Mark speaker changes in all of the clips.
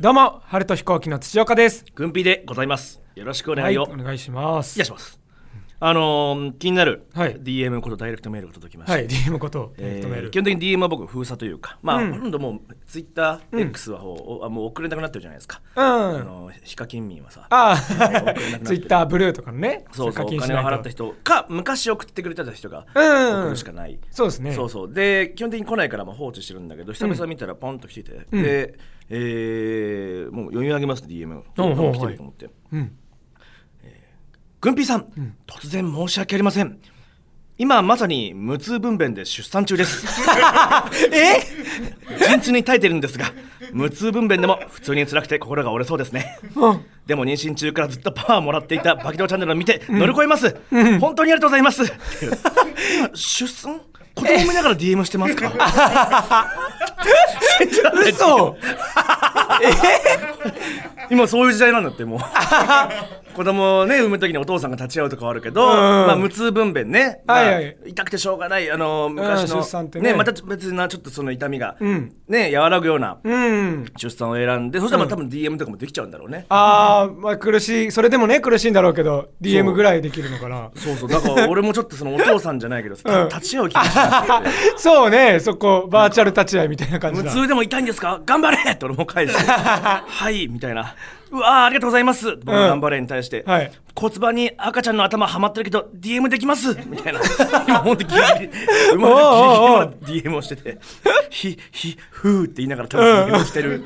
Speaker 1: どうも、春と飛行機の土岡です。
Speaker 2: 軍備でございます。よろしくお願いを、
Speaker 1: お
Speaker 2: い、
Speaker 1: 願いします。
Speaker 2: たします。あのー気になる
Speaker 1: はい
Speaker 2: DM ことダイレクトメールが届きました。
Speaker 1: はい、DM ことを
Speaker 2: えー
Speaker 1: 止める
Speaker 2: 基。本的に DM は僕封鎖というか、まあ、
Speaker 1: うん
Speaker 2: ほとんどもう TwitterX はほう、おあもう送れなくなってるじゃないですか。
Speaker 1: うん。
Speaker 2: あ
Speaker 1: あ
Speaker 2: のヒカキン民はさ、
Speaker 1: あ
Speaker 2: お金なくなっ
Speaker 1: ー、
Speaker 2: て
Speaker 1: ツイッターブルーとかのね、
Speaker 2: そうそ
Speaker 1: 課
Speaker 2: うお
Speaker 1: 金し
Speaker 2: 金
Speaker 1: な
Speaker 2: を
Speaker 1: いと
Speaker 2: 払った人か昔送ってくれてた人が
Speaker 1: うん
Speaker 2: 送るしかない。
Speaker 1: そうですね。
Speaker 2: そうそうで基本的に来ないからまあ放置してるんだけど久々見たらポンと来てて、
Speaker 1: うん
Speaker 2: で、えー、もう読み上げます
Speaker 1: お
Speaker 2: DM
Speaker 1: うおうおう
Speaker 2: 来てると思って。
Speaker 1: うん。
Speaker 2: 軍備さん、突然申し訳ありません今まさに無痛分娩で出産中です え陣痛に耐えてるんですが無痛分娩でも普通に辛くて心が折れそうですね
Speaker 1: うん
Speaker 2: でも妊娠中からずっとパワーもらっていたバキドーチャンネルを見て乗り越えます、本当にありがとうございますっていう今出産子供見ながら DM してますか
Speaker 1: 嘘
Speaker 2: 今そういう時代なんだってもう 子供をね産む時にお父さんが立ち会うとかはあるけど、
Speaker 1: ん
Speaker 2: まあ、無痛分娩ね、まあ
Speaker 1: はいはい
Speaker 2: 痛くてしょうがないあの昔の、
Speaker 1: 出産ってね
Speaker 2: また別なちょっとその痛みが、
Speaker 1: ん
Speaker 2: ね和らぐような
Speaker 1: うん。
Speaker 2: 出産を選んで、そしたらまあ多分 DM とかもできちゃうんだろうね。
Speaker 1: ああ、まあ苦しい、それでもね、苦しいんだろうけど、DM ぐらいできるのかな。
Speaker 2: そうそうだから俺もちょっとそのお父さんじゃないけどさ、た
Speaker 1: うん
Speaker 2: 立ち会う気がしなくて
Speaker 1: そうね、そこ、バーチャル立ち会いみたいな感じ
Speaker 2: 無
Speaker 1: だ。
Speaker 2: 痛でも痛いんですか頑張れって俺も 返してはいみたいなうわーありがとうございます僕も頑張れに対して、
Speaker 1: はい
Speaker 2: 骨盤に赤ちゃんの頭はまってるけど DM できますみた いな今ほんとギリギリ生まれてギリギリまで DM をしててひひふーって言いながら多分 DM をしてる、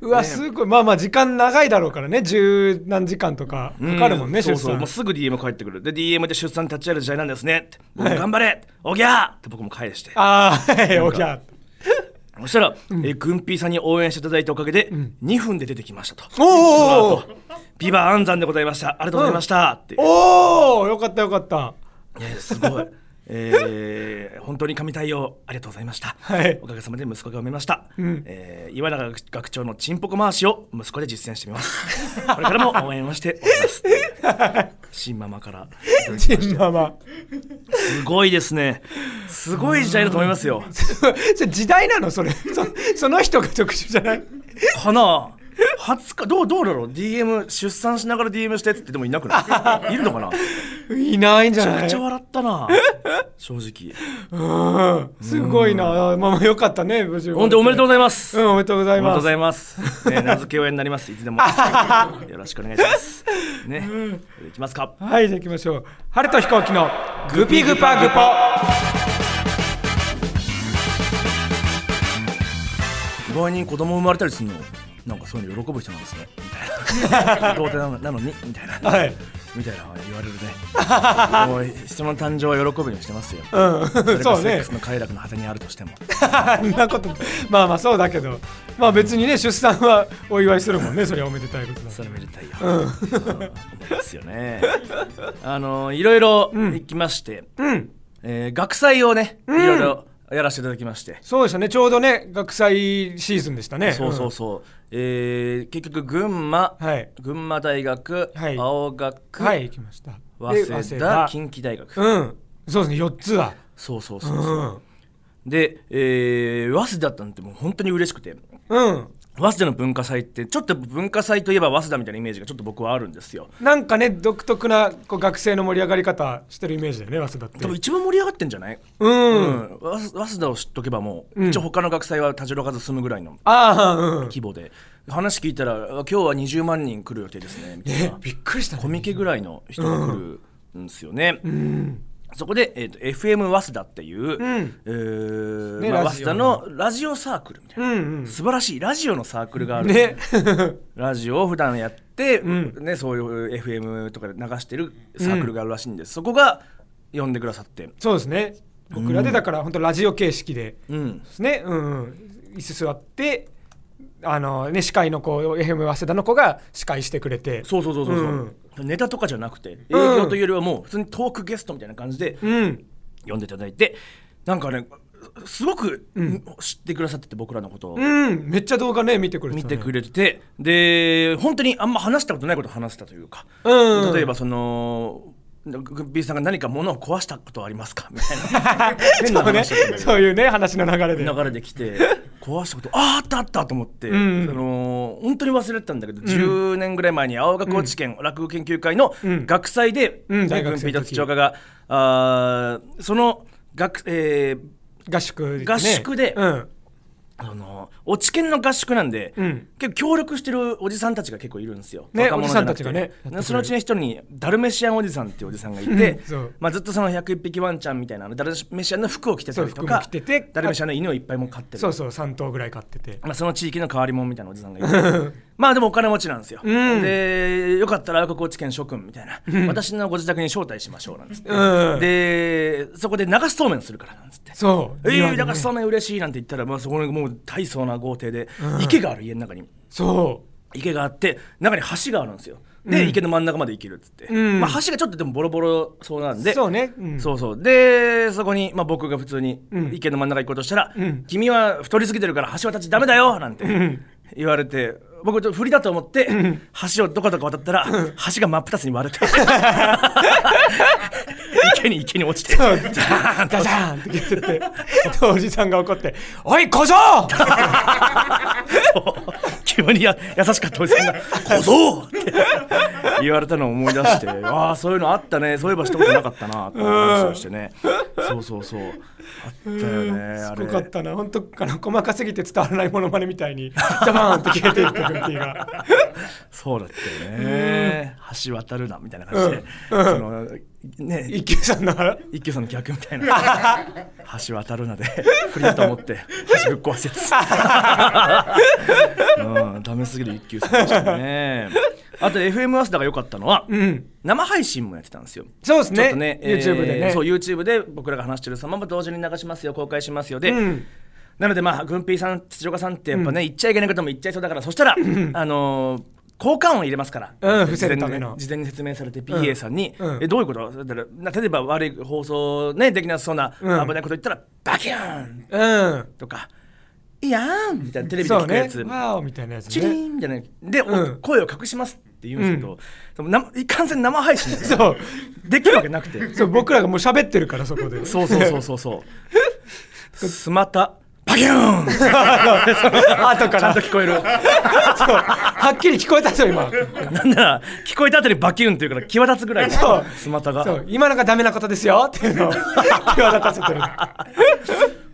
Speaker 1: うわ、すごい。まあまあ、時間長いだろうからね、十何時間とかかかるもんね、
Speaker 2: そう
Speaker 1: 出
Speaker 2: そうもう
Speaker 1: 産。
Speaker 2: すぐ DM 返ってくるで DM で出産に立ち会える時代なんですねって僕も頑張れおぎゃーって僕も返して
Speaker 1: ああ、はい、おきゃ。
Speaker 2: そしたら、えーグンピーさんに応援していただいたおかげで、2分で出てきましたと。
Speaker 1: おー
Speaker 2: その後ビバ暗算でございました。ありがとうございました。って。
Speaker 1: おお、よかったよかった。
Speaker 2: いやすごい。えー本当に神対応ありがとうございました、
Speaker 1: はい
Speaker 2: おかげさまで息子が産めました、
Speaker 1: ん
Speaker 2: えー岩永学長のチンポコ回しを息子で実践してみますこれからも応援をしております新ママからいただき
Speaker 1: チンママ。
Speaker 2: すごいですねすごい時代だと思いますよ
Speaker 1: それ時代なのそれそその人が特殊じゃない
Speaker 2: かな20日どうどうだろう DM 出産しながら DM してって言ってもいなくないいるのかなめ
Speaker 1: いないんじゃ
Speaker 2: ちゃ
Speaker 1: な
Speaker 2: く
Speaker 1: い
Speaker 2: ちゃ笑ったな正直
Speaker 1: うんすごいなまあまあよかったね無事
Speaker 2: 本当におめでとうご
Speaker 1: ざい
Speaker 2: ざいます、
Speaker 1: うんおめでとうござい
Speaker 2: おめで
Speaker 1: ま
Speaker 2: とうご
Speaker 1: す
Speaker 2: ざいます、ね、名付け親になりますいつでも よろしくお願いしますね、いきますか
Speaker 1: はいじゃあ行きましょう晴れと飛行機のグピグパグポ
Speaker 2: 意外に子供生まれたりするのなんかそういうの喜ぶ人なんで すねみたいな童貞なのなのにみたいな、
Speaker 1: はい
Speaker 2: みたいな言われる ねもう人の誕生は喜ぶようにしてますよ、
Speaker 1: う
Speaker 2: それ
Speaker 1: ん
Speaker 2: が
Speaker 1: そう
Speaker 2: セッ
Speaker 1: ね
Speaker 2: クスの快楽の果てにあるとしても
Speaker 1: あんなことまあまあそうだけどまあ別にね出産はお祝いするもんねそれはおめでたいことだ
Speaker 2: それめでたいよ、うんですよねあのいろいろ行きまして、
Speaker 1: うん
Speaker 2: えー学祭をねい
Speaker 1: ん
Speaker 2: ろいろやらせていただきまして、
Speaker 1: そうでしたねちょうどね学祭シーズンでしたね
Speaker 2: そうそうそう、えー結局群馬、
Speaker 1: うんはい
Speaker 2: 群馬大学、
Speaker 1: はい
Speaker 2: 青学、
Speaker 1: はい行きましたで
Speaker 2: 早稲田近畿大学、
Speaker 1: うんそうですね4つだ
Speaker 2: そうそう
Speaker 1: う
Speaker 2: そうそう、
Speaker 1: ん
Speaker 2: で、えー早稲田なんてもう本当に嬉しくて
Speaker 1: うん
Speaker 2: 早稲田の文化祭ってちょっと文化祭といえば早稲田みたいなイメージがちょっと僕はあるんですよ
Speaker 1: なんかね独特なこう学生の盛り上がり方してるイメージだよね早稲田って
Speaker 2: 多分一番盛り上がってんじゃない
Speaker 1: うん、
Speaker 2: うん、早早稲田を知っとけばもう、
Speaker 1: うん
Speaker 2: 一応他の学祭はたじろかず済むぐらいの
Speaker 1: ああうん
Speaker 2: 規模で話聞いたらあ今日は20万人来る予定ですねみたい
Speaker 1: え
Speaker 2: な
Speaker 1: びっくりしたね
Speaker 2: コミケぐらいの人が来るんですよね、そこで、えーと FM 早稲田っていう、
Speaker 1: ん
Speaker 2: えー
Speaker 1: ね
Speaker 2: まあ
Speaker 1: ラ
Speaker 2: 早
Speaker 1: ジ
Speaker 2: 稲
Speaker 1: オ
Speaker 2: 田のラジオサークルみたいな、
Speaker 1: うんうん
Speaker 2: 素晴らしいラジオのサークルがある、
Speaker 1: ね
Speaker 2: ラジオを普段やって、
Speaker 1: ん
Speaker 2: ね、そういう FM とかで流してるサークルがあるらしいんです、そこが呼んでくださって、
Speaker 1: そうですね僕らでだから本当ラジオ形式で
Speaker 2: うん
Speaker 1: ですねうん、うん、椅子座ってあのね司会の子 FM 早稲田の子が司会してくれて
Speaker 2: そうそうそうそうそう、ネタとかじゃなくて営業というよりはもう普通にトークゲストみたいな感じで
Speaker 1: うん
Speaker 2: 呼んでいただいてなんかねすごく知ってくださってて僕らのことを
Speaker 1: うんめっちゃ動画ね見てくれて
Speaker 2: 見
Speaker 1: た
Speaker 2: て
Speaker 1: ね、
Speaker 2: くれててで本当にあんま話したことないこと話せたというか
Speaker 1: うん
Speaker 2: 例えばそのグッピーさんが何か物を壊したことはありますかみたいな 変な
Speaker 1: そうね
Speaker 2: 話だったんだけど
Speaker 1: そういうね話の流れで
Speaker 2: 流れで来て壊したことあーあったあったと思って、
Speaker 1: うん
Speaker 2: その本当に忘れてたんだけど、10年ぐらい前に青学高知県落語研究会の
Speaker 1: うん
Speaker 2: 学祭で、
Speaker 1: うん大
Speaker 2: 大学
Speaker 1: 学
Speaker 2: ピ
Speaker 1: 生
Speaker 2: ー
Speaker 1: の時
Speaker 2: ター土岡があーその学、えー
Speaker 1: 合宿で、ね、
Speaker 2: 合宿で
Speaker 1: うん
Speaker 2: あの落ち研の合宿なんで、
Speaker 1: うん
Speaker 2: 結構協力してるおじさんたちが結構いるんですよ。
Speaker 1: ね
Speaker 2: 若者じゃなくて
Speaker 1: おじさんたちがねやってくれる
Speaker 2: そのうちの一人にダルメシアンおじさんっていうおじさんがいて、
Speaker 1: うんそう
Speaker 2: まあ、ずっとその101匹ワンちゃんみたいなあのダルメシアンの服を着てたりと
Speaker 1: そう服も
Speaker 2: か
Speaker 1: 着てて
Speaker 2: ダルメシアンの犬をいっぱいもう飼ってる
Speaker 1: そうそう3頭ぐらい買ってて
Speaker 2: まあ、その地域の変わり者みたいなおじさんがいてまあでもお金持ちなんですよ、
Speaker 1: うん
Speaker 2: でよかったら高知県諸君みたいな、私のご自宅に招待しましょうなんつって、
Speaker 1: うん
Speaker 2: でそこで流しそうめんするからなんつって
Speaker 1: そう
Speaker 2: え
Speaker 1: 庭
Speaker 2: ー、
Speaker 1: でね
Speaker 2: 流しそうめん嬉しいなんて言ったら、まあ、そこにもう大層な豪邸で、池がある家の中に
Speaker 1: そ
Speaker 2: 池があって中に橋があるんですよで、
Speaker 1: うん
Speaker 2: 池の真ん中まで行けるっつって、
Speaker 1: うん
Speaker 2: まあ、橋がちょっとでもボロボロそうなん
Speaker 1: う
Speaker 2: で
Speaker 1: そうね、うん、
Speaker 2: そうそうでそこに、まあ、僕が普通に
Speaker 1: うん
Speaker 2: 意見の真ん中行こうとしたら「
Speaker 1: うん
Speaker 2: 君は太りすぎてるから橋渡っちゃダメだよ」なんて
Speaker 1: ん
Speaker 2: 言われて僕ちょっと振りだと思って橋をどこどこ 渡ったら橋が真っ二つに割れて池に池に落ちて
Speaker 1: そうザーンザザーンって言ってて でおじさんが怒って「おい小僧!」
Speaker 2: 急にや優しかったおじさんが「小僧!」って言われたのを思い出 して「ああそういうのあったねそういえばしたことなかったな」って話をし てねそうそうそうあったよねあ
Speaker 1: す
Speaker 2: れ
Speaker 1: ごかったな本当あの細かすぎて伝わらないものまねみたいにダバーンって消えていってグッピー が
Speaker 2: そうだったよね橋渡るなみたいな感じで、
Speaker 1: うん
Speaker 2: そのね
Speaker 1: 一休さんの腹
Speaker 2: 一休さんの逆みたいな 橋渡るなで振りだと思って橋ぶっ壊せ つうんダメすぎる一休さんでしたねあと FM アスダが良かったのは、
Speaker 1: うん
Speaker 2: 生配信もやってたんですよ
Speaker 1: そうです
Speaker 2: ちょっ
Speaker 1: ね
Speaker 2: とね、えー
Speaker 1: YouTube でね
Speaker 2: そう YouTube で僕らが話してるそのまま同時に流しますよ公開しますよで、
Speaker 1: うん
Speaker 2: なのでまあ軍平さん土岡さんってやっぱね、言っちゃいけないことも言っちゃいそうだからそしたら、あのー交換音入れますから、
Speaker 1: うん伏せるための
Speaker 2: 事前に事前に説明されて PA さんに、
Speaker 1: うんうん
Speaker 2: えどういうことだったらな例えば悪い放送、ね、できなさそうな、
Speaker 1: うん
Speaker 2: 危ないこと言ったらバキューン
Speaker 1: うん
Speaker 2: とか「いやーん」みたいなテレビで
Speaker 1: そう
Speaker 2: 聞くや
Speaker 1: ね
Speaker 2: つ、
Speaker 1: わおみたいなやつ
Speaker 2: チリ
Speaker 1: ね
Speaker 2: ーンみたいなで、お
Speaker 1: うん
Speaker 2: 声を隠しますって言うんですけど、
Speaker 1: う
Speaker 2: その生いかんせん生配信だか ら
Speaker 1: そう
Speaker 2: できるわけなくて
Speaker 1: そう僕らがもう喋ってるからそこで
Speaker 2: そうそうそうそう そう。スマタ。パキューン。ち
Speaker 1: 後か
Speaker 2: ゃ
Speaker 1: ら
Speaker 2: んと聞こえる。
Speaker 1: そうはっきり聞こえたぞ今
Speaker 2: なんなら、聞こえた後にバキューンっていうから、際立つぐらい
Speaker 1: そう
Speaker 2: の。スマタ
Speaker 1: そ
Speaker 2: が。
Speaker 1: う今なんかダメなことですよっていうのを際立たせてる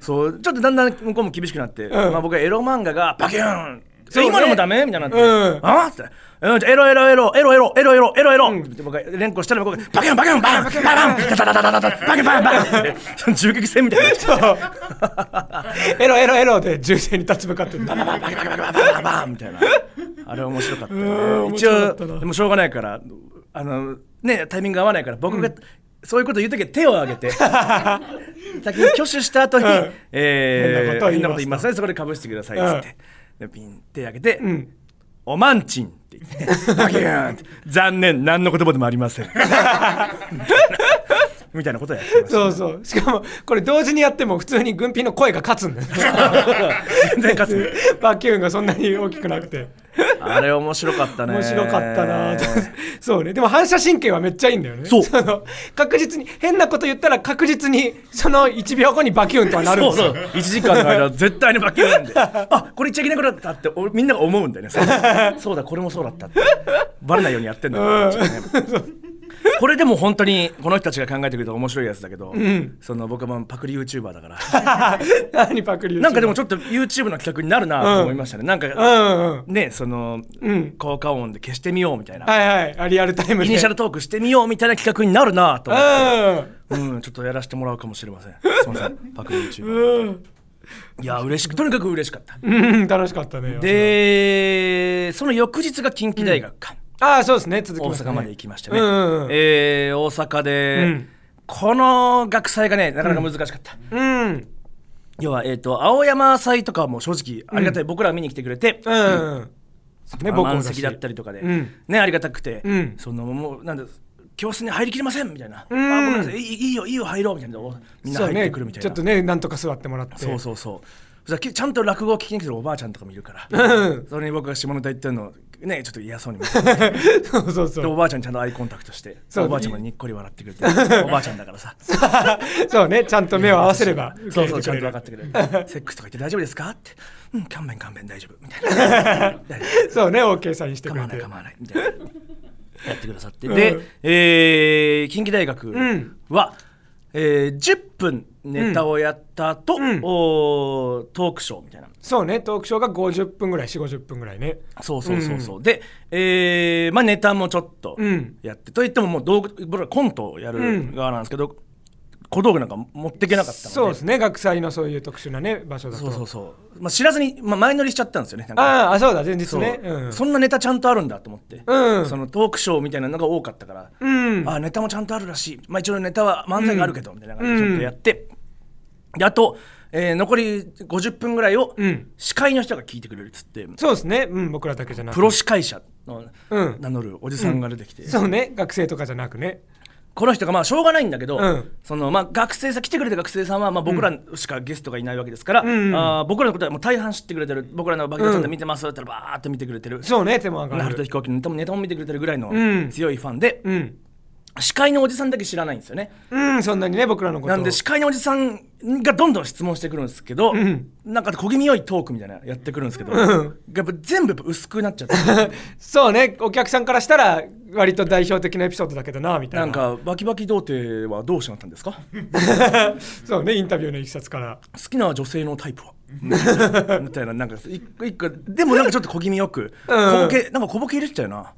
Speaker 2: そう、ちょっとだんだん向こうも厳しくなって、
Speaker 1: うん
Speaker 2: まあ、僕はエロ漫画がバキューン。
Speaker 1: そうね
Speaker 2: 今のもダメみたいになって、
Speaker 1: うん
Speaker 2: あって、うん、じゃあエロエロエロエロエロエロエロエロエロ、って僕が連呼したら向こうがバキュンバキュンバンバキュンバンダダダダダダバキュンバンバンってその銃撃戦みたいにな
Speaker 1: そうエロエロエロで銃声に立ち向かってる
Speaker 2: バンバンバンバンバンバンバンバンみたいなあれ面白かったね
Speaker 1: うん面
Speaker 2: 一
Speaker 1: 白かったな
Speaker 2: 応でもしょうがないからあのねタイミング合わないから僕が、そういうこと言う時は手を挙げて先に挙手した後に、
Speaker 1: うん
Speaker 2: え
Speaker 1: 変なこと
Speaker 2: ー、変なこ
Speaker 1: と
Speaker 2: 言
Speaker 1: 言
Speaker 2: い
Speaker 1: い
Speaker 2: ま
Speaker 1: ますす
Speaker 2: ねそこでかぶしてくださいっつって、でピン手挙げて、
Speaker 1: うん
Speaker 2: おまんちんって言ってバキューンって残念何の言葉でもありませんみたいなみたいなことをやってました
Speaker 1: そうそうしかもこれ同時にやっても普通に軍ピの声が勝つんだよ
Speaker 2: 全然勝つね
Speaker 1: バキューンがそんなに大きくなくて
Speaker 2: あれ面白かったね
Speaker 1: 面白かったなとそうねでも反射神経はめっちゃいいんだよね
Speaker 2: そう
Speaker 1: の確実に変なこと言ったら確実にその1秒後にバキューンとはなるん
Speaker 2: そ
Speaker 1: です
Speaker 2: う
Speaker 1: よ
Speaker 2: そう1時間の間絶対にバキューンで あこれ言っちゃいけないことだったっておみんなが思うんだよねそうそうだこれもそうだったってバレないようにやってんだよ、こっちはねこれでも本当にこの人たちが考えてくれた面白いやつだけど、その僕はもうパクリ YouTuber だから
Speaker 1: 何パクリ
Speaker 2: なんかでも
Speaker 1: ち
Speaker 2: ちょっと YouTube の企画になるなと思いましたね、なん
Speaker 1: う
Speaker 2: か
Speaker 1: んうん
Speaker 2: ねその、
Speaker 1: うん
Speaker 2: 効果音で消してみようみたいな、
Speaker 1: はいはいあリアルタイムで
Speaker 2: イニシャルトークしてみようみたいな企画になるなと思ってうん、ちょっとやらせてもらうかもしれません。すみません、パクリ YouTuber。
Speaker 1: うん
Speaker 2: いや、嬉しく、とにかく嬉しかった。
Speaker 1: うん楽しかったね
Speaker 2: で、その翌日が近畿大学か、
Speaker 1: ああそうですね続き
Speaker 2: 大
Speaker 1: すね
Speaker 2: 阪まで行きましたね。
Speaker 1: うんうんうん
Speaker 2: えー大阪で、
Speaker 1: うん
Speaker 2: この学祭がね、なかなか難しかった。
Speaker 1: うん
Speaker 2: 要は、えっ、と、青山祭とかはもう正直、ありがたい、僕らは見に来てくれて、
Speaker 1: うんね
Speaker 2: まあ
Speaker 1: 僕
Speaker 2: 満席だったりとかで、
Speaker 1: うん
Speaker 2: ね、ありがたくて、
Speaker 1: うん
Speaker 2: その、もう、なんだ、教室に入りきれませんみたいな、
Speaker 1: ん
Speaker 2: あごめんなさいいいいいよ、いいよ、入ろうみたいな、みんな
Speaker 1: そう
Speaker 2: 入って
Speaker 1: ね
Speaker 2: くるみたいな。
Speaker 1: ちょっとねなんとか座ってもらって
Speaker 2: そうそうそう。じゃあきちゃんと落語を聞きに来てるおばあちゃんとかもいるから、それに僕が下ネタ言ってるのねちょっと嫌そうに見てて
Speaker 1: そうそうそ
Speaker 2: でお
Speaker 1: う。
Speaker 2: ばあちゃんにちゃんとアイコンタクトして
Speaker 1: そう
Speaker 2: おばあちゃんもにっこり笑ってくれておばあちゃんだからさ
Speaker 1: そうね、ちゃんと目を合わせれば受け
Speaker 2: そう
Speaker 1: 入
Speaker 2: そう
Speaker 1: れて
Speaker 2: ちゃ
Speaker 1: く
Speaker 2: ん
Speaker 1: れ
Speaker 2: と分かっ
Speaker 1: る。
Speaker 2: てくれるセックスとか言って大丈夫ですかってうん勘弁勘弁大丈夫みたいな大丈夫
Speaker 1: そうね、OK サインしてくれ
Speaker 2: 構わない
Speaker 1: て。
Speaker 2: 構わないみたいなやってくださって、
Speaker 1: うん
Speaker 2: で、えー近畿大学
Speaker 1: ん
Speaker 2: は、えー10分ネタをやった後、
Speaker 1: ん
Speaker 2: おートークショーみたいな
Speaker 1: そうね、トークショーが50分ぐらい、4、50分ぐらいね。
Speaker 2: そうそうそうそう、で、えーまあ、ネタもちょっと
Speaker 1: うん
Speaker 2: やって、といってももう道具僕らコントをやる側なんですけど、小道具なんか持っていけなかったので
Speaker 1: そうですね、学祭のそういう特殊なね、場所だ
Speaker 2: そうそ
Speaker 1: と
Speaker 2: う。そうまあ、知らずに、まあ、前乗りしちゃったんですよねなんか
Speaker 1: あーあ、そうだ、前日
Speaker 2: そう
Speaker 1: ね。うん
Speaker 2: そんなネタちゃんとあるんだと思って、
Speaker 1: うん
Speaker 2: そのトークショーみたいなのが多かったから、
Speaker 1: うん。
Speaker 2: あネタもちゃんとあるらしい、まあ、一応ネタは漫才があるけど、みたいな感じでちょっとやって、であと、えー残り50分ぐらいを
Speaker 1: うん
Speaker 2: 司会の人が聞いてくれるっつって、
Speaker 1: そうですね、うん、僕らだけじゃなく
Speaker 2: プロ司会者の
Speaker 1: うん
Speaker 2: 名乗るおじさんが出てきて、
Speaker 1: そうね、学生とかじゃなくね。
Speaker 2: この人がまあしょうがないんだけど、
Speaker 1: うん
Speaker 2: そのまあ、学生さん来てくれた学生さんはまあ僕らしかゲストがいないわけですから、
Speaker 1: ん
Speaker 2: あー僕らのことはもう大半知ってくれてる僕らのバキドちゃんで見てますって言ったらバーって見てくれてる、
Speaker 1: そうね、手も上が
Speaker 2: なると
Speaker 1: る。
Speaker 2: 飛行機のネタもネタも見てくれてるぐらいの
Speaker 1: うん
Speaker 2: 強いファンで、
Speaker 1: うん。
Speaker 2: 司会のおじさんだけ知らないんですよね。
Speaker 1: うん、そんなにね、僕らのことを
Speaker 2: なんで司会のおじさんがどんどん質問してくるんですけど、
Speaker 1: ん
Speaker 2: なんか小気味よいトークみたいなのやってくるんですけど、やっぱ全部やっぱ薄くなっちゃって
Speaker 1: そうね、お客さんからしたら、割と代表的なエピソードだけどな、みたい
Speaker 2: な
Speaker 1: な。
Speaker 2: んかバキバキ童貞はどうしまったんですか好
Speaker 1: そうね、インタビューの一冊から。
Speaker 2: きな女性のタイプは みたいななんか一個一個でもなんかちょっと小気味よく、小ボケなんか小ボケ入れてた よな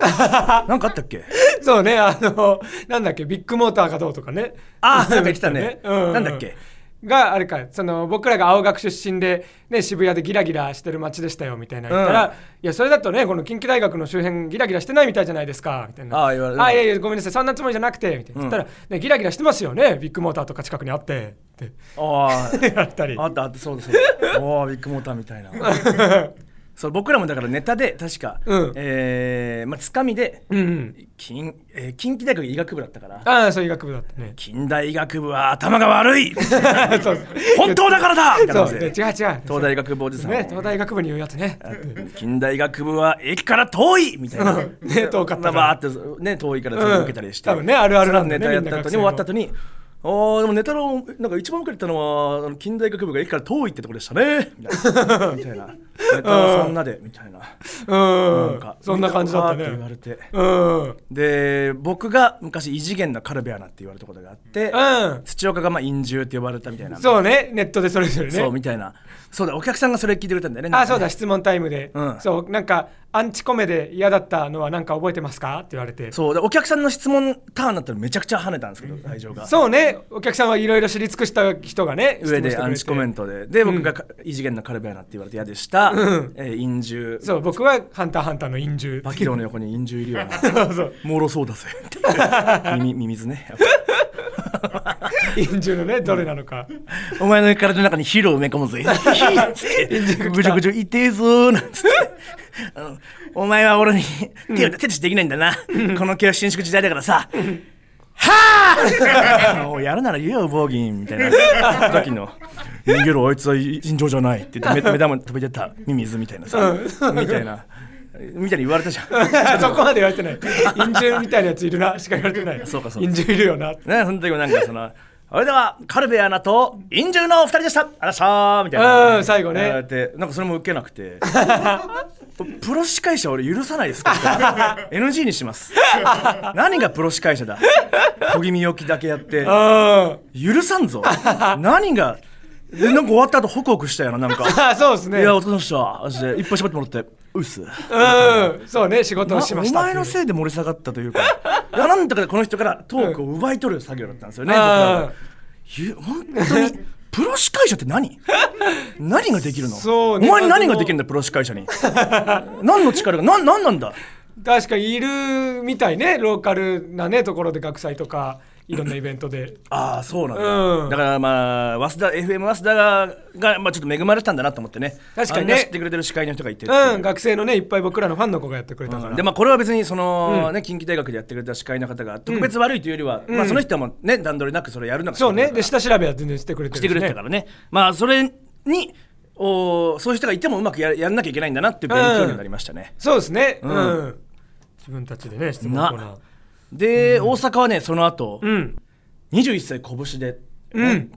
Speaker 2: なんかあったっけ
Speaker 1: そうね、あの、なんだっけ、ビッグモーターがどうとかね。
Speaker 2: あーなんか言ってたね
Speaker 1: う
Speaker 2: なんだっけ
Speaker 1: があれかその僕らが青学出身で、ね、渋谷でギラギラしてる街でしたよみたいな言ったら、
Speaker 2: うん
Speaker 1: いやそれだとねこの近畿大学の周辺ギラギラしてないみたいじゃないですかみたいな
Speaker 2: あー言われる
Speaker 1: いやいやごめんなさいそんなつもりじゃなくてみたいな、
Speaker 2: うん
Speaker 1: 言ったら、ね、ギラギラしてますよねビッグモーターとか近くにあってって
Speaker 2: ああ
Speaker 1: 言われたり
Speaker 2: あったあったそうだそうだおービッグモーターみたいなそう僕らもだからネタで確か、
Speaker 1: うん
Speaker 2: えーまあ、つかみで
Speaker 1: うんうん
Speaker 2: 近,、えー近畿大学医学部だったから
Speaker 1: ああそういう学部だ ったね
Speaker 2: 近代医学部は頭が悪い
Speaker 1: そう
Speaker 2: 本当だからだみたいな
Speaker 1: そう
Speaker 2: 感じ
Speaker 1: ね違う違う
Speaker 2: で東大医学部おじさんも
Speaker 1: ね東大学部に言うやつね
Speaker 2: 近代医学部は駅から遠いみたいな
Speaker 1: うんね 遠かったから
Speaker 2: まあバーってね遠いから全部受けたりして、
Speaker 1: うん多分ねあるあるなんだよね
Speaker 2: ネタやった後に終
Speaker 1: みん
Speaker 2: わ
Speaker 1: な
Speaker 2: っ
Speaker 1: 学生の
Speaker 2: た後にあーでもネタのなんか一番受けたのはあの近代医学部が駅から遠いってところでしたねみたいなみたいなネタはそんなでみたいな
Speaker 1: うん
Speaker 2: なんか
Speaker 1: そんな感じだった
Speaker 2: あーって言われ
Speaker 1: ね
Speaker 2: て
Speaker 1: うん
Speaker 2: で僕が昔異次元のカルベアナって言われたことがあって、
Speaker 1: うん
Speaker 2: 土岡がまあ陰獣って呼ばれたみたいな
Speaker 1: そうねネットでそれぞれね
Speaker 2: そうみたいなそうだお客さんがそれ聞いてくれたんだよねなん
Speaker 1: あ、
Speaker 2: か
Speaker 1: そう
Speaker 2: ね
Speaker 1: だ、質問タイムで、
Speaker 2: うん
Speaker 1: そう、なんか、アンチコメで嫌だったのは、なんか覚えてますかって言われて。そ
Speaker 2: そうでお客さんの質問ターンになったらめちゃくちゃ跳ねたんですけど会場が
Speaker 1: うね、お客さんはいろいろ知り尽くした人がね、
Speaker 2: 上で
Speaker 1: 質問してくれて
Speaker 2: アンチコメントでで僕がか異次元のカルベアナって言われて嫌でした、えー陰獣
Speaker 1: そう、僕はハンターハンターの陰獣。
Speaker 2: バキローの横に陰獣いるよな
Speaker 1: そうそう、
Speaker 2: もろそうだぜ 耳ミミズねやっ
Speaker 1: 陰獣のね、どれなのか。
Speaker 2: ぱお前の体の中にヒーローを埋め込 むぜヒーっつってぐちょぐちょ痛えぞーなんつってあのお前は俺に手を手出しできないんだな、この教伸縮時代だから さ、はあもうやるなら言えよボーギンみたいな時の逃げろあいつは尋常じゃないって言って目目玉に飛び出たミミズみたいなさ、みたいなみたいに言われたじゃん
Speaker 1: そこまで言われてない。陰獣みたいなやついるな、しか言われてない。
Speaker 2: そうかそうか
Speaker 1: 陰獣いるよな。
Speaker 2: ね、その時もなんかその、 それでは、カルベアナと、陰獣のお二人でしたありがとうございましたみたいな。
Speaker 1: うん最後ね
Speaker 2: やられて、なんかそれも受けなくて。 プロ司会者俺許さないですから。NG にします。何がプロ司会者だ小気味よきだけやって、
Speaker 1: うん。
Speaker 2: 許さんぞ。何が、でなんか終わった後ホクホクしたよな、なんか。
Speaker 1: あ、そうです
Speaker 2: い
Speaker 1: ね。
Speaker 2: や、お疲れ様でした。マジでいっぱい喋ってもらって、うっす。
Speaker 1: うん、そうね、仕事をしました
Speaker 2: お
Speaker 1: っていう。
Speaker 2: 前のせいで盛り下がったというか いやなんだかこの人からトークを奪い取る作業だったんですよね、僕らはゆ本当にプロ司会者って 何何ができるの、
Speaker 1: そうね
Speaker 2: お前に何ができるんだプロ司会者に 何の力が何何なんだ
Speaker 1: 確かにいるみたいね、ローカルなね、ところで学祭とか、いろんなイベントで。
Speaker 2: ああそうなんだ、
Speaker 1: うん
Speaker 2: だからまあ早稲田 FM 早稲田がが、まあ、ちょっと恵まれてたんだなと思ってね
Speaker 1: 確かにね
Speaker 2: あんな知ってくれてる司会の人がいてっていう
Speaker 1: うん、学生のね、いっぱい僕らのファンの子がやってくれたから。
Speaker 2: でまあ、これは別にその、ね、近畿大学でやってくれた司会の方が特別悪いというよりは、まあ、その人はもう、ね、段取りなくそれやるのが仕
Speaker 1: そう
Speaker 2: 事だから
Speaker 1: ね。で、下調べは全然してくれて
Speaker 2: し
Speaker 1: る
Speaker 2: てくれてたからね。まあ、それに、おーそういう人がいてもうまくややんなきゃいけないんだなっていう勉強になりましたね、
Speaker 1: そうですね、うんん自分たちでね質問コ
Speaker 2: な
Speaker 1: ーナー
Speaker 2: で、大阪はねその後、
Speaker 1: うん
Speaker 2: 21歳拳で、
Speaker 1: うん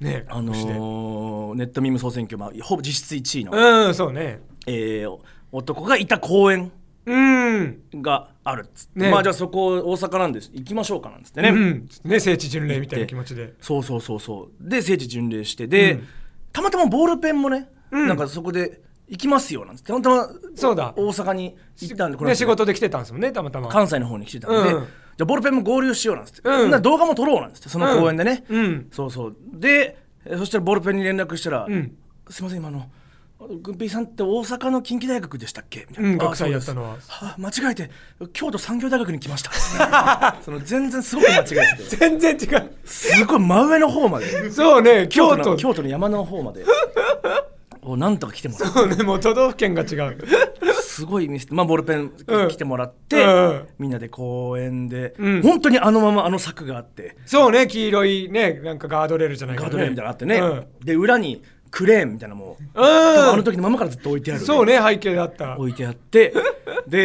Speaker 1: ね
Speaker 2: あの
Speaker 1: そして
Speaker 2: ーネットミーム総選挙、まあ、ほぼ実質1位の、
Speaker 1: うんそうね
Speaker 2: えー男がいた公園
Speaker 1: うん
Speaker 2: があるっつって、
Speaker 1: ね
Speaker 2: まあじゃあそこ大阪なんです行きましょうかなんつってね、
Speaker 1: うんね聖地巡礼みたいな気持ちで
Speaker 2: そうそうそうそうで聖地巡礼してで、
Speaker 1: うん
Speaker 2: たまたまボールペンもね、
Speaker 1: うん
Speaker 2: なんかそこで行きますよなんつってたまたま
Speaker 1: そうだ
Speaker 2: 大阪に行ったんでこの
Speaker 1: ね
Speaker 2: 間
Speaker 1: 仕事で来てたんですもんねたまたま
Speaker 2: 関西の方に来てたんで、
Speaker 1: うん
Speaker 2: じゃあボールペンも合流しようなんつって、
Speaker 1: うん
Speaker 2: な動画も撮ろうなんつってその公園でね、
Speaker 1: うん
Speaker 2: そうそうでえそしたらボールペンに連絡したら「
Speaker 1: うん
Speaker 2: すいません今あの軍平さんって大阪の近畿大学でしたっけ?」みたいな、
Speaker 1: うん
Speaker 2: あ
Speaker 1: 学祭やったのは
Speaker 2: あ間違えて京都産業大学に来ましたその全然すごく間違 えてて
Speaker 1: 全然違う
Speaker 2: すごい真上の方まで
Speaker 1: そうね京都
Speaker 2: の京都の山の方ま でをなんとか来てもらっ
Speaker 1: そうねもう都道府県が違う
Speaker 2: てすごいミスまあボールペン
Speaker 1: うん
Speaker 2: 来てもらって、
Speaker 1: うん
Speaker 2: みんなで公園で、
Speaker 1: うん
Speaker 2: 本当にあのままあの柵があって
Speaker 1: そうね黄色いねなんかガードレールじゃないか
Speaker 2: ガ
Speaker 1: らね
Speaker 2: ードレールみたいなのあってね、
Speaker 1: うん
Speaker 2: で裏にクレーンみたいなのも多分あの
Speaker 1: う
Speaker 2: 時のままからずっと置いてあ
Speaker 1: ん
Speaker 2: る、
Speaker 1: そうね背景だった
Speaker 2: 置いてあって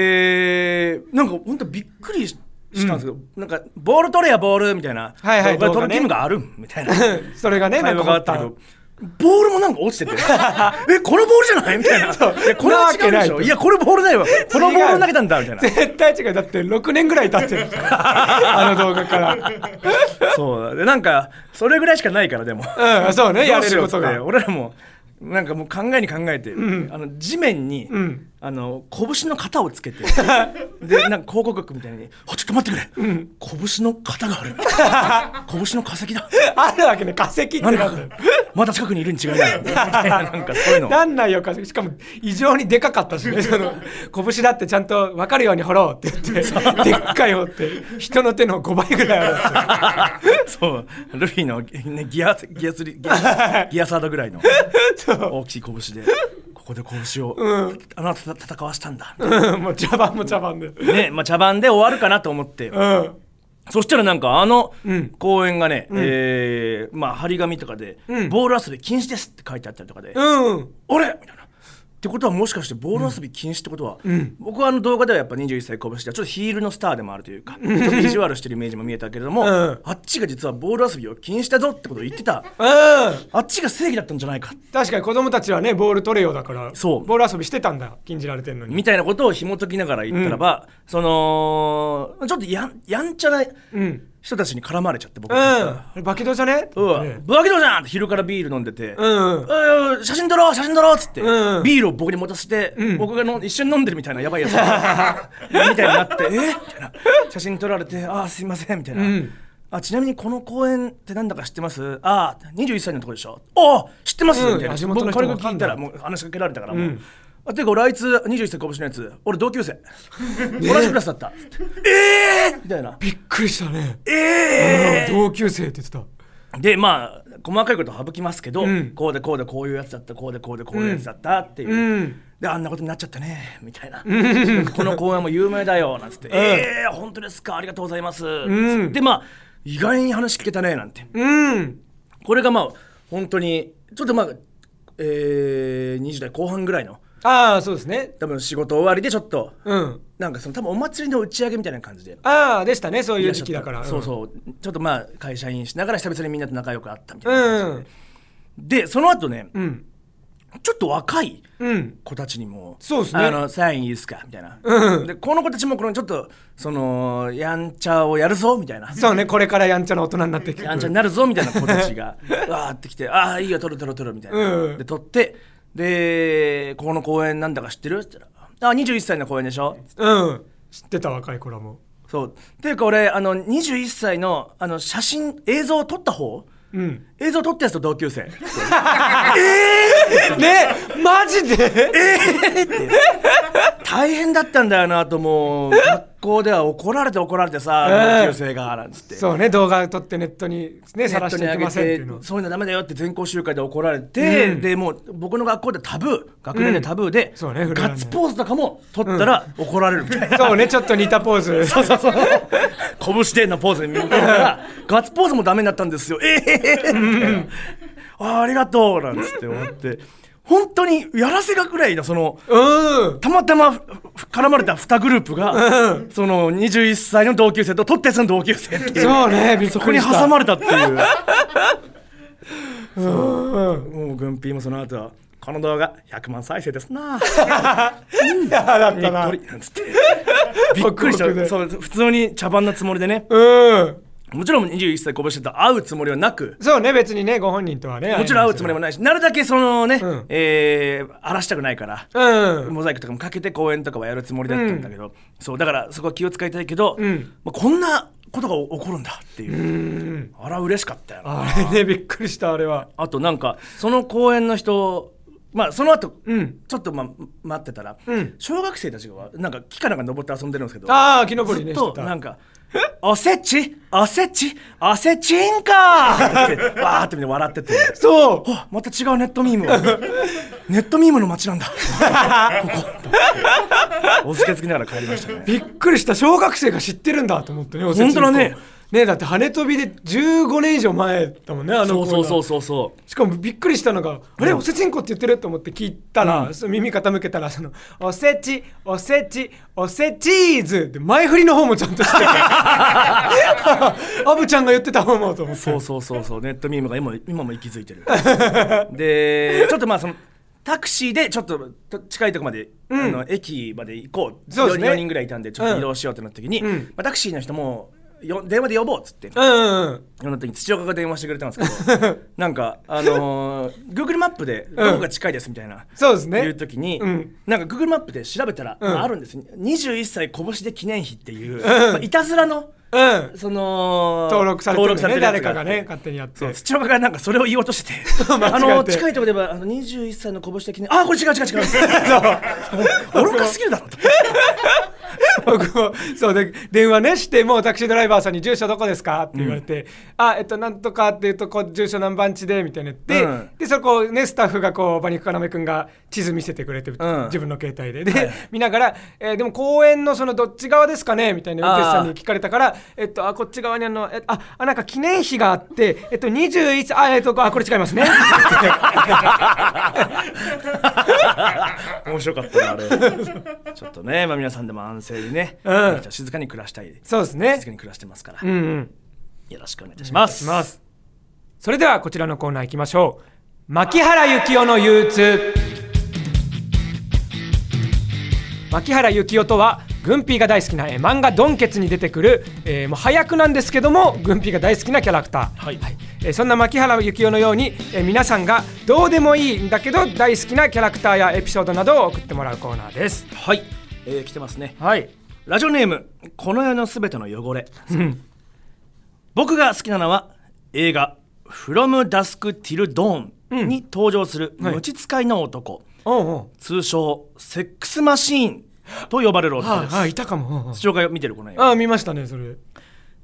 Speaker 2: でなんか本当びっくりししたんですけど、なんかボール取れやボールみたいな、
Speaker 1: はいはい
Speaker 2: 動画
Speaker 1: 動
Speaker 2: 撮る
Speaker 1: 画
Speaker 2: 義
Speaker 1: ね
Speaker 2: 務があるんみた いな
Speaker 1: それがね
Speaker 2: 会
Speaker 1: なんか
Speaker 2: 話があ
Speaker 1: 掘
Speaker 2: っ
Speaker 1: ったた
Speaker 2: けどボールもなんか落 ちててえこのボールじゃないみたいないやこれは違うでし
Speaker 1: なわけ
Speaker 2: ょ
Speaker 1: ない
Speaker 2: いやこれボールだよこのボール投げたんだみたいな
Speaker 1: 絶対違うだって6年ぐらい経って るあの動画から
Speaker 2: そうでなんかそれぐらいしかないからでも
Speaker 1: うんそうねや
Speaker 2: どう
Speaker 1: れ
Speaker 2: し
Speaker 1: る
Speaker 2: よう
Speaker 1: こ
Speaker 2: っつ
Speaker 1: と
Speaker 2: っ
Speaker 1: が
Speaker 2: て俺らもなんかもう考えに考えて、あの地面に、
Speaker 1: ん
Speaker 2: あの拳の型を つけてでなんか広告みたいに「あちょっと待ってくれ、拳の型がある 拳の化石だ
Speaker 1: あるわけね化石ってなん
Speaker 2: 何
Speaker 1: だ
Speaker 2: か
Speaker 1: よ
Speaker 2: まだ近くにいるに違いない」みたいななんかそういうの
Speaker 1: なんないよ化石しかも異常にでかかったしねその拳だってちゃんと分かるように掘ろうって言ってでっかい掘って人の手の5倍ぐらいあるやつ
Speaker 2: そうルフィの、ね、ギアギアスリギアギアサードぐらいの大きい拳でここで拳を、あなたと戦わしたんだ、
Speaker 1: うんもう茶番も茶番でう
Speaker 2: ねまあ、茶番で終わるかなと思って。
Speaker 1: ん
Speaker 2: そしたらなんかあの
Speaker 1: うん
Speaker 2: 公園がね、えーまあ張り紙とかで、
Speaker 1: うん
Speaker 2: ボール遊び禁止ですって書いてあったりとかで、
Speaker 1: うん
Speaker 2: あれみたいな。ってことはもしかしてボール遊び禁止ってことは、
Speaker 1: ん
Speaker 2: 僕はあの動画ではやっぱ21歳拳でちょっとヒールのスターでもあるというか、ちょっと意地悪してるイメージも見えたけれども、
Speaker 1: うん
Speaker 2: あっちが実はボール遊びを禁止だぞってことを言ってた、
Speaker 1: うん
Speaker 2: あっちが正義だったんじゃないか
Speaker 1: 確かに子供たちはねボール取れようだから
Speaker 2: そう
Speaker 1: ボール遊びしてたんだ禁じられてんのに
Speaker 2: みたいなことを紐解きながら言ったらば、そのちょっとやんやんちゃな
Speaker 1: うん
Speaker 2: 人たちに絡まれちゃって僕
Speaker 1: うん
Speaker 2: が、
Speaker 1: あれバキドじゃね
Speaker 2: うわ
Speaker 1: ね
Speaker 2: ブラキドじゃんって昼からビール飲んでて、
Speaker 1: うんうん
Speaker 2: うん写真撮ろう写真撮ろうっつって、
Speaker 1: うん
Speaker 2: ビールを僕に持たせて、
Speaker 1: ん
Speaker 2: 僕がの一緒に飲んでるみたいなやばい やつみたいになってえみたいな写真撮られてあーすいませんみたいな、
Speaker 1: うん
Speaker 2: あちなみにこの公園ってなんだか知ってますあー21歳のとこでしょあー知ってます、
Speaker 1: うん
Speaker 2: みたいな
Speaker 1: 地元
Speaker 2: 僕
Speaker 1: の
Speaker 2: こ
Speaker 1: 人
Speaker 2: れ
Speaker 1: もわ
Speaker 2: が
Speaker 1: か
Speaker 2: 聞い
Speaker 1: んない
Speaker 2: たらもう話しかけられたからもう、
Speaker 1: うん
Speaker 2: あてか俺あいつ21歳こぶしのやつ俺同 級生同じクラスだったっつってえー、みたいな
Speaker 1: びっくりしたね
Speaker 2: えー、
Speaker 1: うん同級生って言ってた
Speaker 2: でまあ細かいこと省きますけど、
Speaker 1: うん
Speaker 2: こうでこうでこういうやつだったこうでこうでこういうやつだったっていう、
Speaker 1: うん
Speaker 2: であんなことになっちゃったねみたいな、この公演も有名だよなんつって「ええー、本当ですかありがとうございます」
Speaker 1: ん
Speaker 2: でまあ意外に話聞けたねなんて
Speaker 1: うん
Speaker 2: これがまあ本当にちょっとまあえー、20代後半ぐらいの
Speaker 1: ああそうですね
Speaker 2: 多分仕事終わりでちょっと
Speaker 1: うん
Speaker 2: なんかその多分お祭りの打ち上げみたいな感じで
Speaker 1: ああでしたねそうい
Speaker 2: ら
Speaker 1: う
Speaker 2: っしゃ
Speaker 1: 時
Speaker 2: った
Speaker 1: 期だから
Speaker 2: そうそうちょっとまあ会社員しながら久々にみんなと仲良く会ったみたいな感じで、
Speaker 1: うん
Speaker 2: でその後ね、
Speaker 1: うん
Speaker 2: ちょっと若い
Speaker 1: うん
Speaker 2: 子たちにも
Speaker 1: そうですね
Speaker 2: あのサインいいですかみたいな、
Speaker 1: うん
Speaker 2: でこの子たちもこのちょっとそのやんちゃをやるぞみたいな
Speaker 1: そうねこれからやんちゃな大人になっていく
Speaker 2: やんちゃになるぞみたいな子た ちがわーってきて「ああいいよ撮る撮る撮る」みたいな、
Speaker 1: うん
Speaker 2: で撮ってで「ここの公園なんだか知ってる?」って言ったら「あ21歳の公園でしょ」
Speaker 1: うん知ってた若い子らも
Speaker 2: そうっていうか俺あの21歳のあの写真映像を撮った方
Speaker 1: うん
Speaker 2: 映像撮ったやつと同級生
Speaker 1: ねマジで
Speaker 2: 大変だったんだよなともう学校では怒られて怒られてさ
Speaker 1: うん
Speaker 2: 同級生がなんつって
Speaker 1: そうね動画撮ってネットにね
Speaker 2: ネ
Speaker 1: さ
Speaker 2: ッ
Speaker 1: ら
Speaker 2: ト
Speaker 1: し
Speaker 2: に
Speaker 1: てい
Speaker 2: 上
Speaker 1: き
Speaker 2: げ
Speaker 1: ませんってい
Speaker 2: て
Speaker 1: うの
Speaker 2: そういうのダメだよって全校集会で怒られて、
Speaker 1: うん
Speaker 2: でもう僕の学校でタブー学年でタブーで、
Speaker 1: そうね触れられ
Speaker 2: ガ
Speaker 1: ない
Speaker 2: ッツポーズとかも取ったら怒られるみたいな、
Speaker 1: そうねちょっと似たポーズ
Speaker 2: そうそうそう拳でのポーズに見たらガッツポーズもダメになったんですよええーあーありがとうなんつって思って本当にやらせがくらいのその
Speaker 1: うん
Speaker 2: たまたまふふ絡まれた2グループが、その21歳の同級生と取ってつの同級生っていう
Speaker 1: そうねびっくりした
Speaker 2: そこに挟まれたっ ていう
Speaker 1: うん
Speaker 2: もう軍ピーもその後はこの動画100万再生ですな
Speaker 1: いやだっ
Speaker 2: に
Speaker 1: た
Speaker 2: っこ
Speaker 1: な
Speaker 2: りなんつってびっくりし
Speaker 1: 北国
Speaker 2: た
Speaker 1: で
Speaker 2: そう普通に茶番なつもりでね
Speaker 1: うん
Speaker 2: もちろん21歳こぼしてと会うつもりはなく
Speaker 1: そうね別にねご本人とはね
Speaker 2: もちろん会うつもりもないしなるだけそのね、
Speaker 1: うん
Speaker 2: えー荒らしたくないから
Speaker 1: うん
Speaker 2: モザイクとかもかけて公演とかはやるつもりだったんだけど、そうだからそこは気を使いたいけど、
Speaker 1: うん
Speaker 2: まあ、こんなことが起こるんだっていう、
Speaker 1: うん
Speaker 2: あら嬉しかったよなあ
Speaker 1: あれねびっくりしたあれは
Speaker 2: となんかその公演の人まあその後、
Speaker 1: うん
Speaker 2: ちょっと、まあ、待ってたら、
Speaker 1: うん
Speaker 2: 小学生たちがなんか木かなんか登って遊んでるんですけど
Speaker 1: ああ木登
Speaker 2: ず
Speaker 1: りね
Speaker 2: っと
Speaker 1: してた
Speaker 2: なんか「おせちおせちおせちんか!」って言ってわーってみんな笑ってて
Speaker 1: そう
Speaker 2: あまた違うネットミームが ネットミームの街なんだ ここお付け付きながら帰りましたね
Speaker 1: びっくりした小学生が知ってるんだと思ってねおせち
Speaker 2: 本当だね
Speaker 1: ねだって羽飛びで15年以上前だもんねあの
Speaker 2: そうそうそううそうそう
Speaker 1: しかもびっくりしたのが「あれおせちんこって言ってる?」と思って聞いたら、
Speaker 2: うん
Speaker 1: その耳傾けたらその「おせちおせちおせチーズ」って前振りの方もちゃんと してアブちゃんが言ってた方もと思って
Speaker 2: そうそうそうそうネットミームが今今も息づい てるでちょっとまあそのタクシーでちょっとと近いとこまで、あの駅まで行こう
Speaker 1: そうですね
Speaker 2: 4, 人ぐらいいたんでちょっと移動しようってなった時に、
Speaker 1: うん
Speaker 2: まあ、タクシーの人もよ電話で呼ぼうっつって、
Speaker 1: うんうんうん
Speaker 2: 世の時に土岡が電話してくれたんです けどなんかあのー、Google マップでどこが近いですみたいな、
Speaker 1: そうですね
Speaker 2: いう時に、
Speaker 1: うん
Speaker 2: なんか Google マップで調べたら、
Speaker 1: うん
Speaker 2: まああるんです21歳こぼしで記念碑っていう、まあいたずらの
Speaker 1: うん
Speaker 2: その
Speaker 1: 登録されてる,、ね、
Speaker 2: やつ
Speaker 1: 誰かが
Speaker 2: あ
Speaker 1: ね
Speaker 2: って
Speaker 1: 勝手にやって
Speaker 2: そう土岡がなんかそれを言おうとしてて
Speaker 1: 間違えて
Speaker 2: あの近いところで言えばあの21歳のこぼしで記念あこれ違う違う違う 愚かすぎるだろと
Speaker 1: 僕も そうで電話ねしてもうタクシードライバーさんに「住所どこですか?」って言われて「あえっとなんとか」っていうとこ住所何番地でみたいな言って、
Speaker 2: うん
Speaker 1: でそこをねスタッフがこう馬肉かなめくんが地図見せてくれて、
Speaker 2: ん
Speaker 1: 自分の携帯でで、見ながら、えーでも公園のそのどっち側ですかね?」みたいな運転手さんに聞かれたから「えっとあこっち側にあのえああなんか記念碑があってえっと21あえっとあこれ違い ますね」
Speaker 2: 面白かったな あれちょっとね、まあ、皆さんでも安静にね、
Speaker 1: うん
Speaker 2: 静かに暮らしたい
Speaker 1: そうですね
Speaker 2: 静かに暮らしてますから、
Speaker 1: うん、うん
Speaker 2: よろしくお願いいたします。
Speaker 1: ますそれではこちらのコーナー行きましょう牧原幸雄の憂鬱牧原幸雄とは軍ピーが大好きなえー漫画「ドンケツ」に出てくる、えーもう早くなんですけども軍ピーが大好きなキャラクター、
Speaker 2: はい
Speaker 1: えーそんな牧原幸雄のように、えー皆さんがどうでもいいんだけど大好きなキャラクターやエピソードなどを送ってもらうコーナーです
Speaker 2: はい、えー来てますね。
Speaker 1: はい
Speaker 2: ラジオネーム、この世のすべての汚れ。僕が好きなのは映画「From Dusk Till Dawn」に登場する
Speaker 1: はい
Speaker 2: 無知使いの男、
Speaker 1: おうおう
Speaker 2: 通称セックスマシーンと呼ばれる男
Speaker 1: は
Speaker 2: です。
Speaker 1: あ、はあ、いたかもうんうん
Speaker 2: 父親が見てるこの映画、
Speaker 1: ああ見ましたねそれ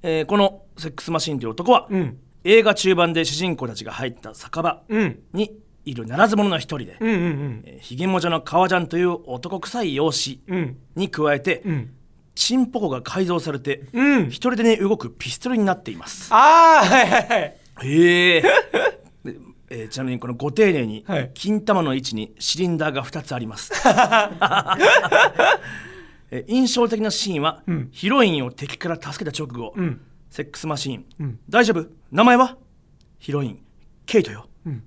Speaker 2: えーこのセックスマシーンという男は、
Speaker 1: うん
Speaker 2: 映画中盤で主人公たちが入った酒場
Speaker 1: うん
Speaker 2: にいるならず者の一人で、
Speaker 1: うんうん
Speaker 2: えーひげもじゃの革ジャンという男臭い容姿
Speaker 1: うんうん
Speaker 2: に加えて、
Speaker 1: うん
Speaker 2: チンポコが改造されて、
Speaker 1: うん
Speaker 2: 一人でね動くピストルになっています
Speaker 1: ああはいはいはい
Speaker 2: へえでえーちなみにこのご丁寧に、
Speaker 1: はい
Speaker 2: 金玉の位置にシリンダーが2つあります えー印象的なシーンは、
Speaker 1: うん
Speaker 2: ヒロインを敵から助けた直後、
Speaker 1: ん
Speaker 2: セックスマシーン、
Speaker 1: うん
Speaker 2: 大丈夫名前はヒロインケイトよ、
Speaker 1: ん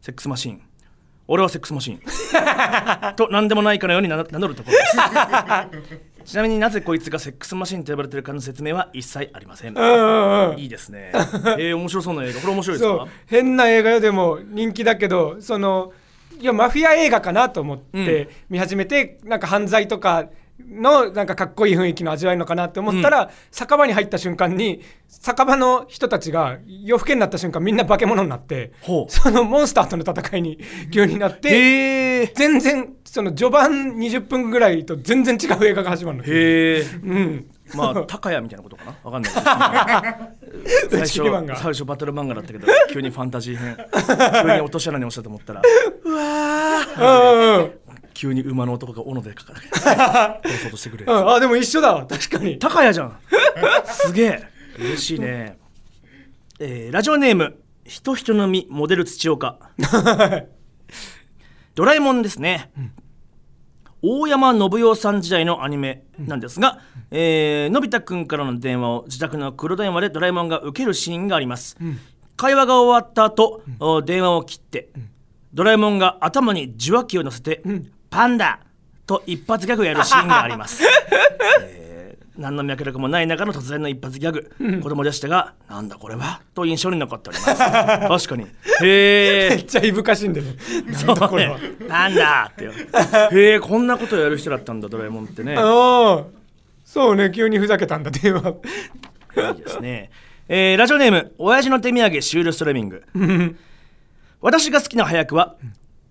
Speaker 2: セックスマシーン俺はセックスマシー ンと何でもないかのように名乗るところですちなみになぜこいつがセックスマシーンと呼ばれてるかの説明は一切ありません
Speaker 1: うんうん
Speaker 2: いいですね。えー、面白そうな映画。これ面白いです
Speaker 1: そう
Speaker 2: か
Speaker 1: 変な映画よでも人気だけどそのいやマフィア映画かなと思っ
Speaker 2: うん
Speaker 1: て見始めて、なんか犯罪とかのなんかかっこいい雰囲気の味わいのかなって思ったら、酒場に入った瞬間に酒場の人たちが夜更けになった瞬間みんな化け物になって
Speaker 2: ほう
Speaker 1: そのモンスターとの戦いに急になって
Speaker 2: へえ。
Speaker 1: 全然その序盤20分ぐらいと全然違う映画が始まるの。
Speaker 2: へえ。
Speaker 1: うん、
Speaker 2: まあ、高谷みたいなことかな わかんないけど。最初
Speaker 1: 知識漫、画
Speaker 2: 最初バトル漫画だったけど、急にファンタジー編。急に落とし穴に落ちたと思ったら、
Speaker 1: うんうん
Speaker 2: 急に馬の男が斧でかかる。殺そうとしてくれ
Speaker 1: う。ん、あでも一緒だわ確かに
Speaker 2: 高谷じゃん。すげえ。嬉しいね。えーラジオネーム、人人のみモデル土岡。ドラえもんですね、大山信代さん時代のアニメなんですが、えーのび太くんからの電話を自宅の黒電話でドラえもんが受けるシーンがあります、会話が終わった後、お電話を切って、ドラえもんが頭に受話器を乗せて、パンダと一発ギャグをやるシーンがあり ます、えー何の脈絡もない中の突然の一発ギャグ、子供でしたがなんだこれはと印象に残っており ます確かにへ
Speaker 1: め
Speaker 2: え
Speaker 1: っちゃいぶかしいんだよね。
Speaker 2: そう
Speaker 1: これは
Speaker 2: ね。なんだってよ。へえ、こんなことやる人だったんだ、ドラえもんってね。い
Speaker 1: ああ、そうね、急にふざけたんだ、電話。
Speaker 2: いですね。えーラジオネーム、親父の手土産シュールストレミング。私が好きな早くは、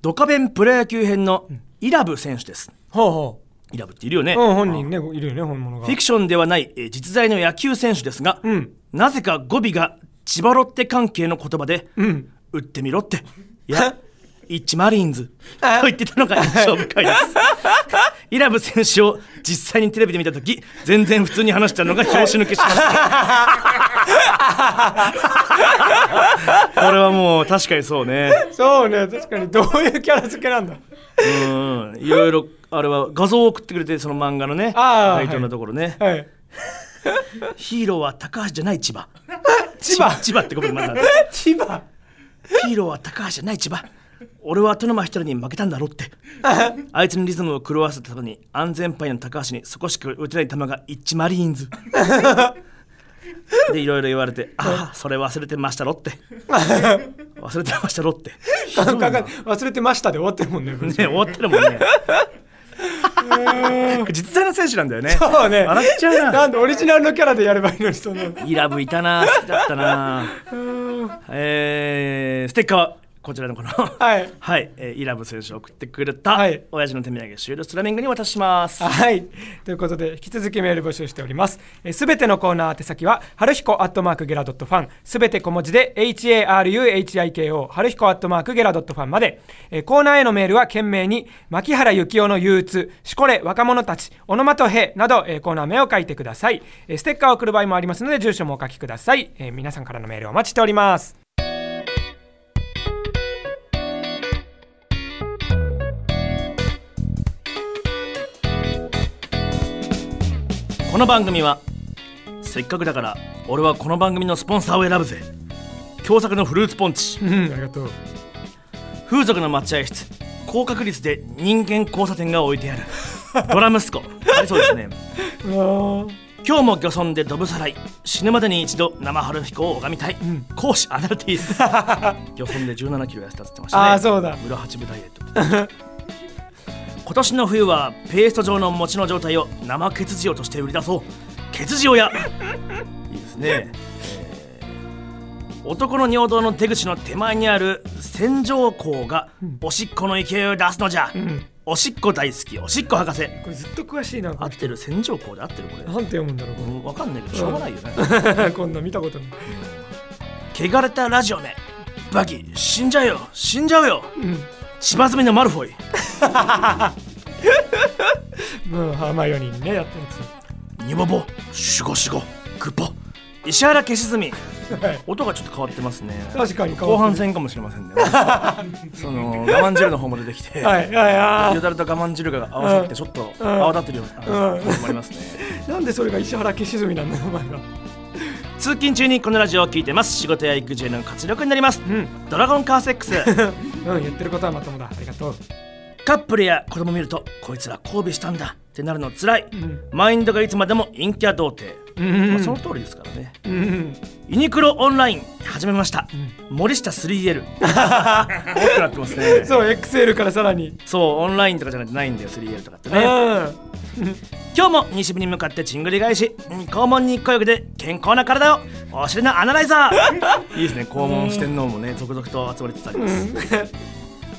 Speaker 2: ドカベンプロ野球編のイラブ選手です。
Speaker 1: ほうほ
Speaker 2: イラブっているよね。
Speaker 1: う。うん、本人ね、いるよね、本物が
Speaker 2: フィ。クションではない、えー実在の野球選手ですが、
Speaker 1: うん
Speaker 2: なぜか語尾が千葉ロッテ関係の言葉で、
Speaker 1: うん。
Speaker 2: 打ってみ ろって。いや、イッチマリーンズ。と言って たのが印象深いです。イラブ選手を実際にテレビで見たとき、全然普通に話したのが拍子抜けし ました。これはもう確かにそうね。
Speaker 1: そうね、確かに、どういうキャラ付けなんだ。
Speaker 2: うん。いろいろ、あれは画像を送ってくれて、その漫画のね、
Speaker 1: あー
Speaker 2: タイトルのところね。
Speaker 1: はい。
Speaker 2: ヒーローは高橋じゃない千葉。
Speaker 1: 千葉
Speaker 2: 千葉ってことになった。
Speaker 1: 千葉
Speaker 2: ヒーローは高橋じゃない千葉。俺は戸沼一人に負けたんだろって。あいつのリズムを狂わせたために安全パイの高橋に少しく打てない球が一マリーンズ。でいろいろ言われ て、ああ、それ忘れてましたろって。忘れてましたろって。ひどい
Speaker 1: なん
Speaker 2: な
Speaker 1: か忘れてましたで終わってるもんね。
Speaker 2: ね終わってるもんね。 実在の選手なんだよね。
Speaker 1: そうね。
Speaker 2: 笑っちゃう な
Speaker 1: なんでオリジナルのキャラでやればいいのに、その。
Speaker 2: イラブいたな、好きだったな。えー、ステッカーはこちら のこの、はいえーイラブ選手を送ってくれた、
Speaker 1: はい
Speaker 2: 親父の手土産終了スラミングに渡します。
Speaker 1: はい。ということで、引き続きメール募集しております。すべてのコーナー宛先は、はるひこアットマークゲラドットファン、すべて小文字で、HARUHIKO、はるひこアットマークゲラドットファンまで、えーコーナーへのメールは懸命に、牧原幸雄の憂鬱、しこれ若者たち、オノマトヘなど、えーコーナー名を書いてください、えーステッカーを送る場合もありますので、住所もお書きください。えー皆さんからのメールをお待ちしております。
Speaker 2: この番組はせっかくだから俺はこの番組のスポンサーを選ぶぜ共作のフルーツポンチ
Speaker 1: うん、ありがとう。
Speaker 2: 風俗の待合室高確率で人間交差点が置いてあるドラ息子ありそうですね今日も漁村でドブさらい死ぬまでに一度生春彦を拝みたい、講師アナルテ ィス漁村で1 7キロ痩せたって言ってましたね
Speaker 1: あーそうだ
Speaker 2: 村八分ダイエットって今年の冬はペースト状の餅の状態を生血塩として売り出そう血塩屋いいですね、えー男の尿道の手口の手前にある洗浄口がおしっこの勢いを出すのじゃ、
Speaker 1: ん
Speaker 2: おしっこ大好きおしっこ博士
Speaker 1: これずっと詳しいな。
Speaker 2: 合
Speaker 1: な
Speaker 2: っ
Speaker 1: んて
Speaker 2: てる洗浄口で合ってるこれ
Speaker 1: 読むんだろう、
Speaker 2: うんわかんないけどしょうがないよね
Speaker 1: こ れ。こんな見たことない。
Speaker 2: 汚れたラジオめバキ死んじゃうよ死んじゃうよ芝積みのマルフォイ
Speaker 1: うん、ハーマイオニーにねやったや
Speaker 2: ニボボシュゴシュゴグポ石原消し積み音がちょっと変わってますね
Speaker 1: 確かに変わってる
Speaker 2: 後半戦かもしれませんね その我慢汁の方も出てきて、
Speaker 1: つ。はい、はい、
Speaker 2: よ
Speaker 1: あ
Speaker 2: だれと我慢汁が合わさってちょっと泡立ってるような
Speaker 1: うん
Speaker 2: 始まりますね
Speaker 1: あ、なんでそれが石原消し済みなんだ、お前は。
Speaker 2: 通勤中にこのラジオを聞いてます仕事や育児への活力になります、
Speaker 1: ん
Speaker 2: ドラゴンカーセックス
Speaker 1: うん、言ってることはまともだ。ありがとう。
Speaker 2: カップルや子供見るとこいつら交尾したんだってなるのつらい、
Speaker 1: ん
Speaker 2: マインドがいつまでも陰キャ童貞、
Speaker 1: ん
Speaker 2: まあその通りですからね
Speaker 1: うん、
Speaker 2: ユニクロオンライン始めました、森下 3L 大きくなってますねそう
Speaker 1: そう、XL からさらに。
Speaker 2: オンラインとかじゃないんだよ 3L とかって
Speaker 1: うん。
Speaker 2: ね今日も西日に向かってちんぐり返し肛門に一個よくで健康な体をお尻のアナライザー いいですね肛門四天王もね続々と集まれてたります、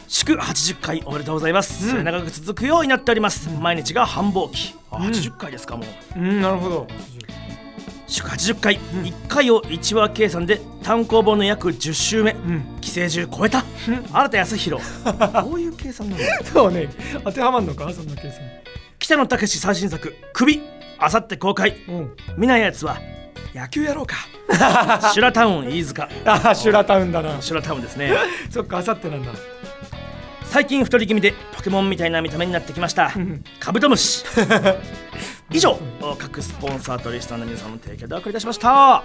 Speaker 2: 祝80回おめでとうございます、末永く続くようになっております毎日が繁忙期あ80回ですかもう
Speaker 1: うん、なるほど。
Speaker 2: 祝80回、1回を1話計算で単行本の約10週目、
Speaker 1: ん
Speaker 2: 寄生獣超えた、新田康弘 どういう計算なの
Speaker 1: そうね、当てはまんのか、そんな計算。
Speaker 2: 北野武最新作「首」あさって公開
Speaker 1: うん。
Speaker 2: 見ないやつは野球やろうか シュラタウン飯塚
Speaker 1: ああ、シュラタウンだな。
Speaker 2: シュラタウンですね
Speaker 1: そっか、あさってなんだ。
Speaker 2: 最近太り気味でポケモンみたいな見た目になってきました
Speaker 1: ん
Speaker 2: カブトムシ以上各スポンサーとリスナーの皆さんの提供でお送りいたしました
Speaker 1: は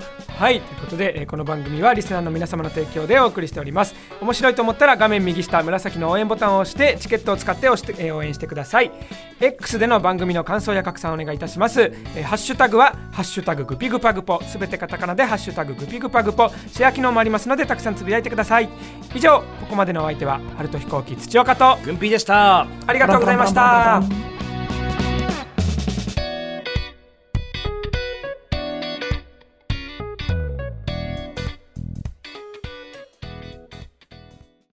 Speaker 1: いということで、えーこの番組はリスナーの皆様の提供でお送りしております面白いと思ったら画面右下紫の応援ボタンを押してチケットを使って押して、えー応援してください X での番組の感想や拡散をお願いいたします、えーハッシュタグは「ハッシュタググピグパグポ」すべてカタカナで「ハッシュタググピグパグポ」シェア機能もありますのでたくさんつぶやいてください以上ここまでのお相手は春と飛行機土岡と
Speaker 2: 軍備でした
Speaker 1: ありがとうございました